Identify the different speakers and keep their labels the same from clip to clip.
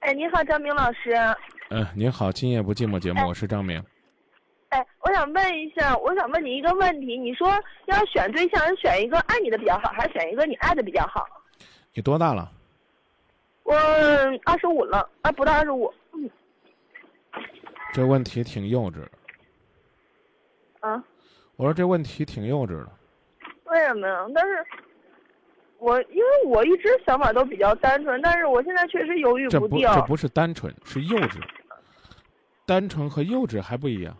Speaker 1: 哎，你好，张明老师。
Speaker 2: 嗯、您好，《今夜不寂寞》节目，
Speaker 1: 哎
Speaker 2: 我是张明。
Speaker 1: 哎，我想问一下，我想问你一个问题，你说要选对象，选一个爱你的比较好，还是选一个你爱的比较好？
Speaker 2: 你多大了？
Speaker 1: 我二十五了，啊，不到二十五。嗯
Speaker 2: 这问题挺幼稚的。
Speaker 1: 啊，
Speaker 2: 我说这问题挺幼稚的。
Speaker 1: 为什么呀？但是我因为我一直想法都比较单纯，但是我现在确实犹豫
Speaker 2: 这不
Speaker 1: 定。
Speaker 2: 这不是单纯，是幼稚。单纯和幼稚还不一样。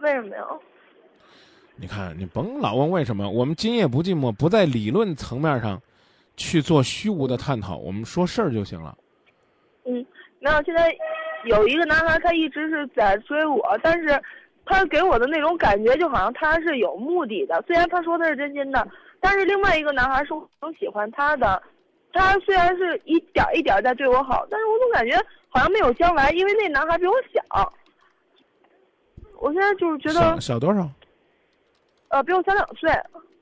Speaker 1: 为什么呀？
Speaker 2: 你看，你甭老问为什么，我们今夜不寂寞不在理论层面上去做虚无的探讨，我们说事儿就行了。
Speaker 1: 嗯，没有。现在有一个男孩，他一直是在追我，但是他给我的那种感觉就好像他是有目的的。虽然他说他是真心的，但是另外一个男孩是我很喜欢他的。他虽然是一点儿一点儿在对我好，但是我总感觉好像没有将来，因为那男孩比我小。我现在就是觉
Speaker 2: 小
Speaker 1: 得，
Speaker 2: 小多少？
Speaker 1: 呃，比我小两岁。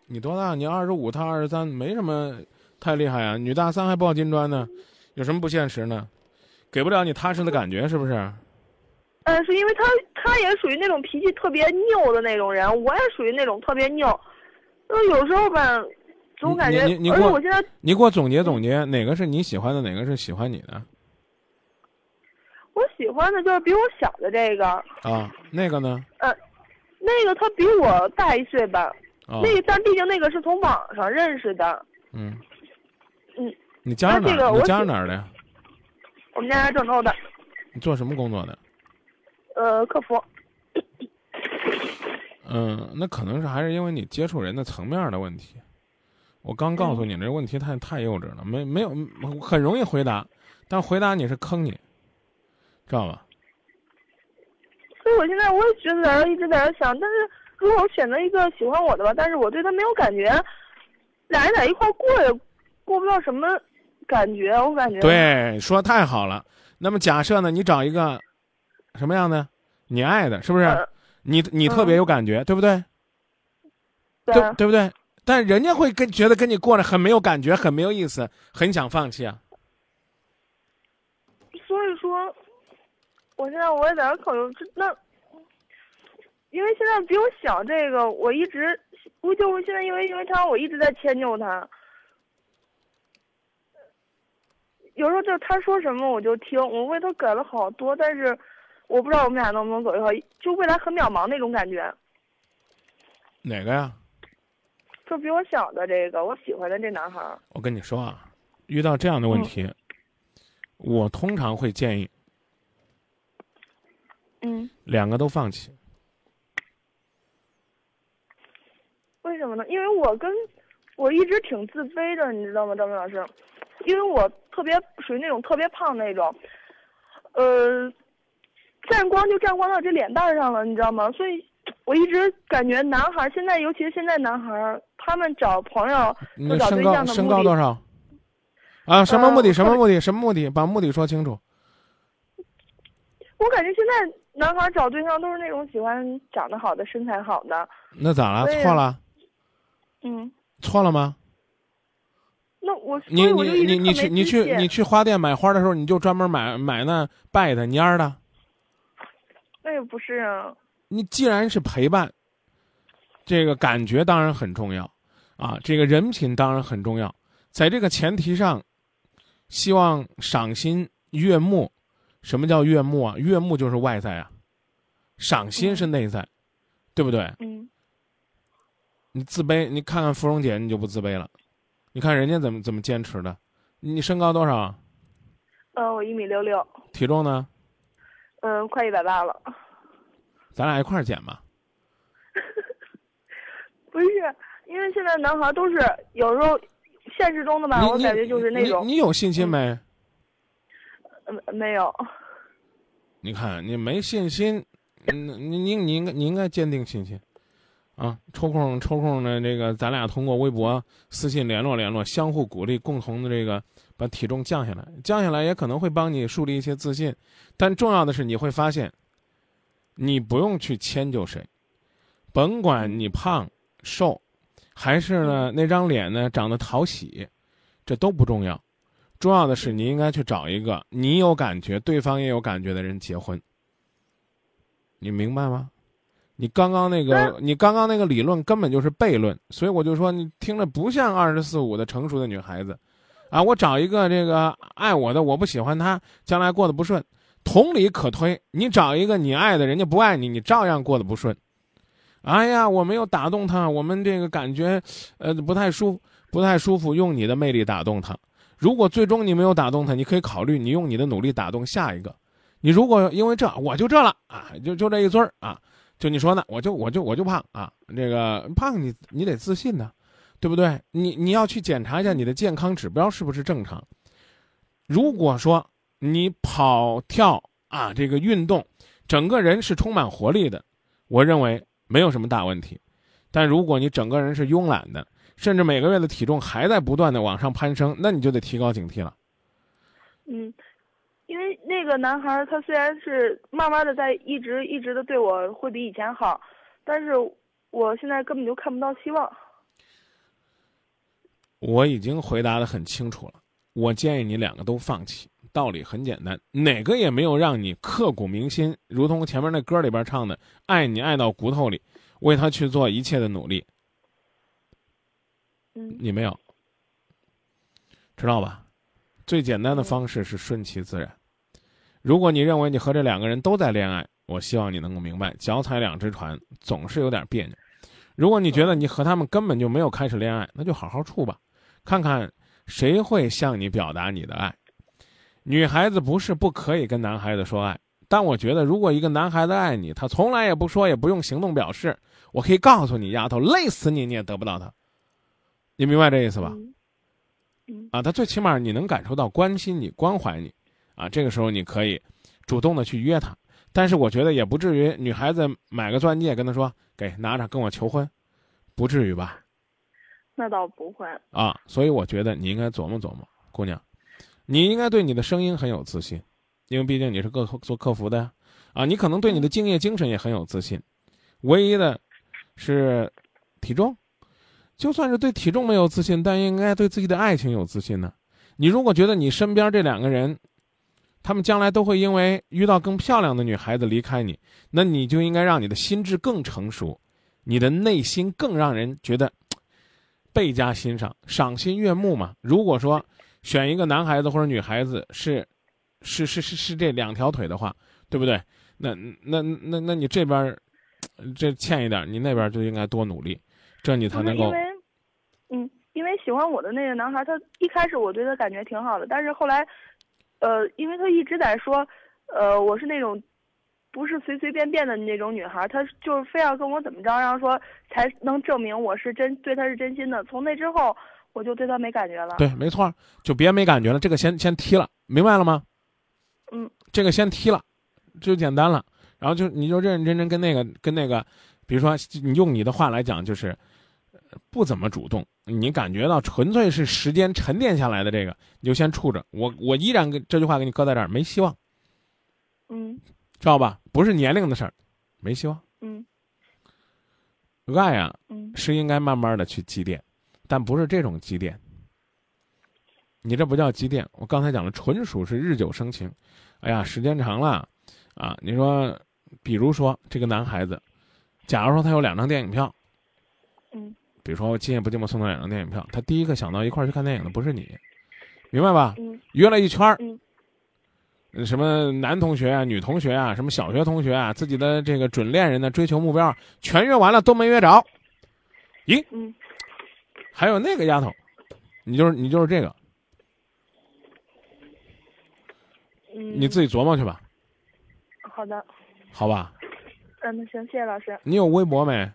Speaker 2: 你多大？你二十五，他二十三，没什么太厉害啊。女大三还抱金砖呢，有什么不现实呢？给不了你踏实的感觉，是不是？
Speaker 1: 嗯，是因为他他也属于那种脾气特别拗的那种人，我也属于那种特别拗。就有时候吧，总感觉，
Speaker 2: 你你你
Speaker 1: 而且
Speaker 2: 过
Speaker 1: 我现在
Speaker 2: 你给我总结总结，哪个是你喜欢的，哪个是喜欢你的
Speaker 1: 我喜欢的就是比我小的这个，
Speaker 2: 啊？那个呢？
Speaker 1: 那个他比我大一岁吧，
Speaker 2: 啊，
Speaker 1: 那个但毕竟那个是从网上认识的，
Speaker 2: 嗯
Speaker 1: 嗯，
Speaker 2: 你家是哪
Speaker 1: 那这个
Speaker 2: 儿？你
Speaker 1: 我
Speaker 2: 家是
Speaker 1: 喜
Speaker 2: 哪儿的呀？
Speaker 1: 我们家是郑州的，
Speaker 2: 你做什么工作的？
Speaker 1: 呃，客服，
Speaker 2: 嗯，那可能是还是因为你接触人的层面的问题。我刚告
Speaker 1: 嗯
Speaker 2: 诉你，这问题太太幼稚了，没没有嗯很容易回答，但回答你是坑你，知道吧？
Speaker 1: 所以我现在我也觉得在这一直在这想，但是如果我选择一个喜欢我的吧，但是我对他没有感觉，俩人在一块儿过也过不到什么感觉，我感觉，
Speaker 2: 对，说太好了。那么假设呢，你找一个什么样的？你爱的，是不啊是？
Speaker 1: 呃，嗯
Speaker 2: 你你特别有感觉，对不对？
Speaker 1: 对啊
Speaker 2: 对对不对？但人家会跟觉得跟你过得很没有感觉，很没有意思，很想放弃啊。
Speaker 1: 所以说，我现在我也在这考虑，这那，因为现在比我小这个，我一直，我就现在因为因为他，我一直在迁就他。有时候就是他说什么我就听，我为他改了好多，但是我不知道我们俩能不能走一块儿，就未来很渺茫那种感觉。
Speaker 2: 哪个呀？
Speaker 1: 就比我小的这个，我喜欢的这男孩儿，
Speaker 2: 我跟你说啊，遇到这样的问题，我通常会建议
Speaker 1: 嗯，
Speaker 2: 两个都放弃。
Speaker 1: 为什么呢？因为我跟我一直挺自卑的，你知道吗，张明老师？因为我特别属于那种特别胖那种，呃，沾光就沾光到这脸蛋儿上了，你知道吗？所以我一直感觉男孩儿现在，尤其是现在男孩儿，他们找朋友
Speaker 2: 你
Speaker 1: 就找
Speaker 2: 身
Speaker 1: 对
Speaker 2: 高
Speaker 1: 象的
Speaker 2: 身
Speaker 1: 目
Speaker 2: 高
Speaker 1: 的呃
Speaker 2: 多少？啊，什么目的？
Speaker 1: 我
Speaker 2: 什么目的？什么目的？把目的说清楚。
Speaker 1: 我感觉现在男孩儿找对象都是那种喜欢长得好的、身材好的，
Speaker 2: 那咋了？
Speaker 1: 对呀
Speaker 2: 错了？
Speaker 1: 嗯。
Speaker 2: 错了吗？
Speaker 1: 那我所
Speaker 2: 你
Speaker 1: 以我
Speaker 2: 你
Speaker 1: 就一直
Speaker 2: 你你
Speaker 1: 特
Speaker 2: 去
Speaker 1: 没
Speaker 2: 你
Speaker 1: 自
Speaker 2: 去
Speaker 1: 信
Speaker 2: 你去花店买花的时候，你就专门买买那拜的蔫儿的。
Speaker 1: 那也不是啊，
Speaker 2: 你既然是陪伴，这个感觉当然很重要，啊，这个人品当然很重要。在这个前提上，希望赏心悦目。什么叫悦目啊？悦目就是外在啊，赏心是内在，对不对？
Speaker 1: 嗯
Speaker 2: 你自卑，你看看芙蓉姐，你就不自卑了。你看人家怎么怎么坚持的。你身高多少？
Speaker 1: 呃，我一米六六，
Speaker 2: 体重呢？
Speaker 1: 嗯，快一百八了。
Speaker 2: 咱俩一块儿减吧。
Speaker 1: 不是，因为现在男孩都是有时候现实中的吧，我
Speaker 2: 你
Speaker 1: 感觉就是那种
Speaker 2: 你你有信心没？
Speaker 1: 呃没有，
Speaker 2: 你看，你没信心，嗯，你你你应该你应该坚定信心，啊，抽空抽空呢，这个咱俩通过微博私信联络联络，相互鼓励，共同的这个把体重降下来，降下来也可能会帮你树立一些自信，但重要的是你会发现，你不用去迁就谁，甭管你胖瘦，还是呢那张脸呢长得讨喜，这都不重要，重要的是，你应该去找一个你有感觉、对方也有感觉的人结婚。你明白吗？你刚刚那个，你刚刚那个理论根本就是悖论，所以我就说你听着不像二十四五的成熟的女孩子，啊，我找一个这个爱我的，我不喜欢他，将来过得不顺。同理可推，你找一个你爱的人家不爱你，你照样过得不顺。哎呀，我没有打动他，我们这个感觉，呃，不太舒服，不太舒服。用你的魅力打动他。如果最终你没有打动他，你可以考虑你用你的努力打动下一个。你如果因为这我就这了啊，就就这一尊儿啊，就你说呢？我就我就我就胖啊，这个胖你你得自信呢、啊，对不对？你你要去检查一下你的健康指标是不是正常。如果说你跑跳啊这个运动，整个人是充满活力的，我认为。没有什么大问题，但如果你整个人是慵懒的，甚至每个月的体重还在不断的往上攀升，那你就得提高警惕了。
Speaker 1: 嗯，因为那个男孩他虽然是慢慢的在一直一直的对我会比以前好，但是我现在根本就看不到希望。
Speaker 2: 我已经回答的很清楚了，我建议你两个都放弃。道理很简单，哪个也没有让你刻骨铭心，如同前面那歌里边唱的“爱你爱到骨头里”，为他去做一切的努力。
Speaker 1: 嗯，
Speaker 2: 你没有，知道吧？最简单的方式是顺其自然。如果你认为你和这两个人都在恋爱，我希望你能够明白，脚踩两只船总是有点别扭。如果你觉得你和他们根本就没有开始恋爱，那就好好处吧，看看谁会向你表达你的爱。女孩子不是不可以跟男孩子说爱，但我觉得如果一个男孩子爱你，他从来也不说，也不用行动表示。我可以告诉你，丫头，累死你你也得不到他，你明白这意思吧？
Speaker 1: 嗯嗯、
Speaker 2: 啊，他最起码你能感受到关心你、关怀你，啊，这个时候你可以主动的去约他。但是我觉得也不至于，女孩子买个钻戒跟他说给拿着跟我求婚，不至于吧？
Speaker 1: 那倒不会
Speaker 2: 啊，所以我觉得你应该琢磨琢磨，姑娘。你应该对你的声音很有自信，因为毕竟你是客做客服的呀、啊，啊，你可能对你的敬业精神也很有自信。唯一的，是体重，就算是对体重没有自信，但应该对自己的爱情有自信呢、啊。你如果觉得你身边这两个人，他们将来都会因为遇到更漂亮的女孩子离开你，那你就应该让你的心智更成熟，你的内心更让人觉得倍加欣赏、赏心悦目嘛。如果说，选一个男孩子或者女孩子是，是是是是这两条腿的话，对不对？那那那那你这边这欠一点，你那边就应该多努力，这你才能够。
Speaker 1: 因为，嗯，因为喜欢我的那个男孩，他一开始我对他感觉挺好的，但是后来，呃，因为他一直在说，呃，我是那种不是随随便便的那种女孩，他就是非要跟我怎么着，然后说才能证明我是真对他是真心的。从那之后。我就对他没感觉了。
Speaker 2: 对，没错，就别没感觉了，这个先先踢了，明白了吗？
Speaker 1: 嗯，
Speaker 2: 这个先踢了，就简单了。然后就你就认认真真跟那个跟那个，比如说你用你的话来讲，就是不怎么主动，你感觉到纯粹是时间沉淀下来的这个，你就先处着。我我依然跟这句话给你搁在这儿，没希望。
Speaker 1: 嗯，
Speaker 2: 知道吧？不是年龄的事儿，没希望。
Speaker 1: 嗯，
Speaker 2: 爱啊，
Speaker 1: 嗯，
Speaker 2: 是应该慢慢的去积淀。但不是这种积淀，你这不叫积淀。我刚才讲的纯属是日久生情。哎呀，时间长了，啊，你说，比如说这个男孩子，假如说他有两张电影票，
Speaker 1: 嗯，
Speaker 2: 比如说我今夜不寂寞送他两张电影票，他第一个想到一块儿去看电影的不是你，明白吧？
Speaker 1: 嗯，
Speaker 2: 约了一圈儿，
Speaker 1: 嗯，
Speaker 2: 什么男同学啊、女同学啊、什么小学同学啊，自己的这个准恋人的追求目标全约完了都没约着，咦？
Speaker 1: 嗯。
Speaker 2: 还有那个丫头，你就是你就是这个，
Speaker 1: 嗯，
Speaker 2: 你自己琢磨去吧，
Speaker 1: 好的，
Speaker 2: 好吧？
Speaker 1: 嗯，那行，谢谢老师。
Speaker 2: 你有微博没？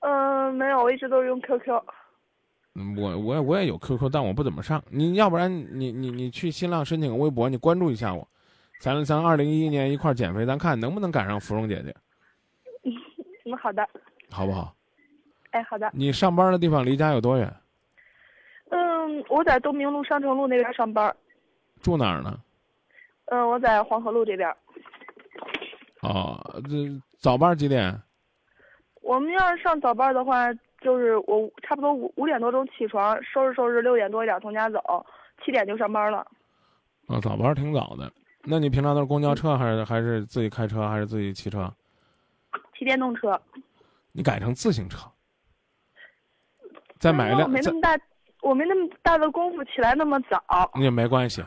Speaker 1: 嗯、没有，我一直都是用 QQ。
Speaker 2: 嗯我我我也有 QQ，但我不怎么上。你要不然你你你去新浪申请个微博，你关注一下我，咱咱二零一一年一块儿减肥，咱看能不能赶上芙蓉姐姐，
Speaker 1: 嗯，好的，
Speaker 2: 好不好？
Speaker 1: 哎，好的。
Speaker 2: 你上班的地方离家有多远？
Speaker 1: 嗯，我在东明路商城路那边上班。
Speaker 2: 住哪儿呢？
Speaker 1: 嗯，我在黄河路这边。
Speaker 2: 哦，这早班几点？
Speaker 1: 我们要是上早班的话，就是我差不多五五点多钟起床，收拾收拾，六点多一点从家走，七点就上班了。
Speaker 2: 啊，早班挺早的。那你平常都是公交车还是还是自己开车还是自己骑车？
Speaker 1: 骑电动车，
Speaker 2: 你改成自行车，再买一
Speaker 1: 但是我
Speaker 2: 辆，
Speaker 1: 没
Speaker 2: 再
Speaker 1: 那么大，我没那么大的功夫起来那么早。
Speaker 2: 也没关系，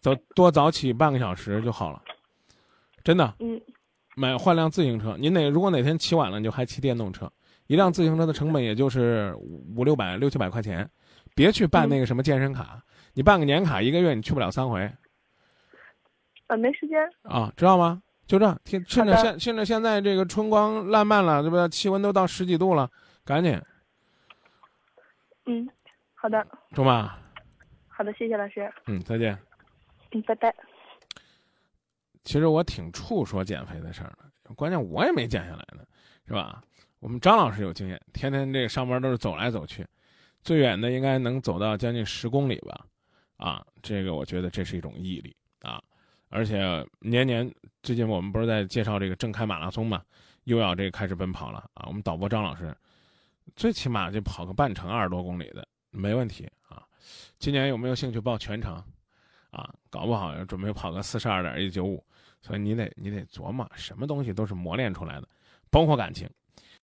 Speaker 2: 早多早起半个小时就好了。真的，
Speaker 1: 嗯，
Speaker 2: 买换辆自行车，您哪如果哪天骑晚了，你就还骑电动车。一辆自行车的成本也就是五五六百、六七百块钱，别去
Speaker 1: 嗯
Speaker 2: 办那个什么健身卡，你办个年卡，一个月你去不了三回
Speaker 1: 呃，没时间。
Speaker 2: 啊，知道吗？就这样，天趁着
Speaker 1: 好的
Speaker 2: 现趁着现在这个春光烂漫了，对不对？气温都到十几度了，赶紧，
Speaker 1: 嗯，好的，
Speaker 2: 中吧？
Speaker 1: 好的，谢谢老师。
Speaker 2: 嗯，再见。
Speaker 1: 嗯，拜拜。
Speaker 2: 其实我挺怵说减肥的事儿的，关键我也没减下来呢，是吧？我们张老师有经验，天天这个上班都是走来走去，最远的应该能走到将近十公里吧，啊，这个我觉得这是一种毅力啊，而且年年最近我们不是在介绍这个正开马拉松嘛，又要这个开始奔跑了啊，我们导播张老师最起码就跑个半程二十多公里的没问题啊，今年有没有兴趣报全程？啊，搞不好准备跑个四十二点一九五，所以你得你得琢磨，什么东西都是磨练出来的，包括感情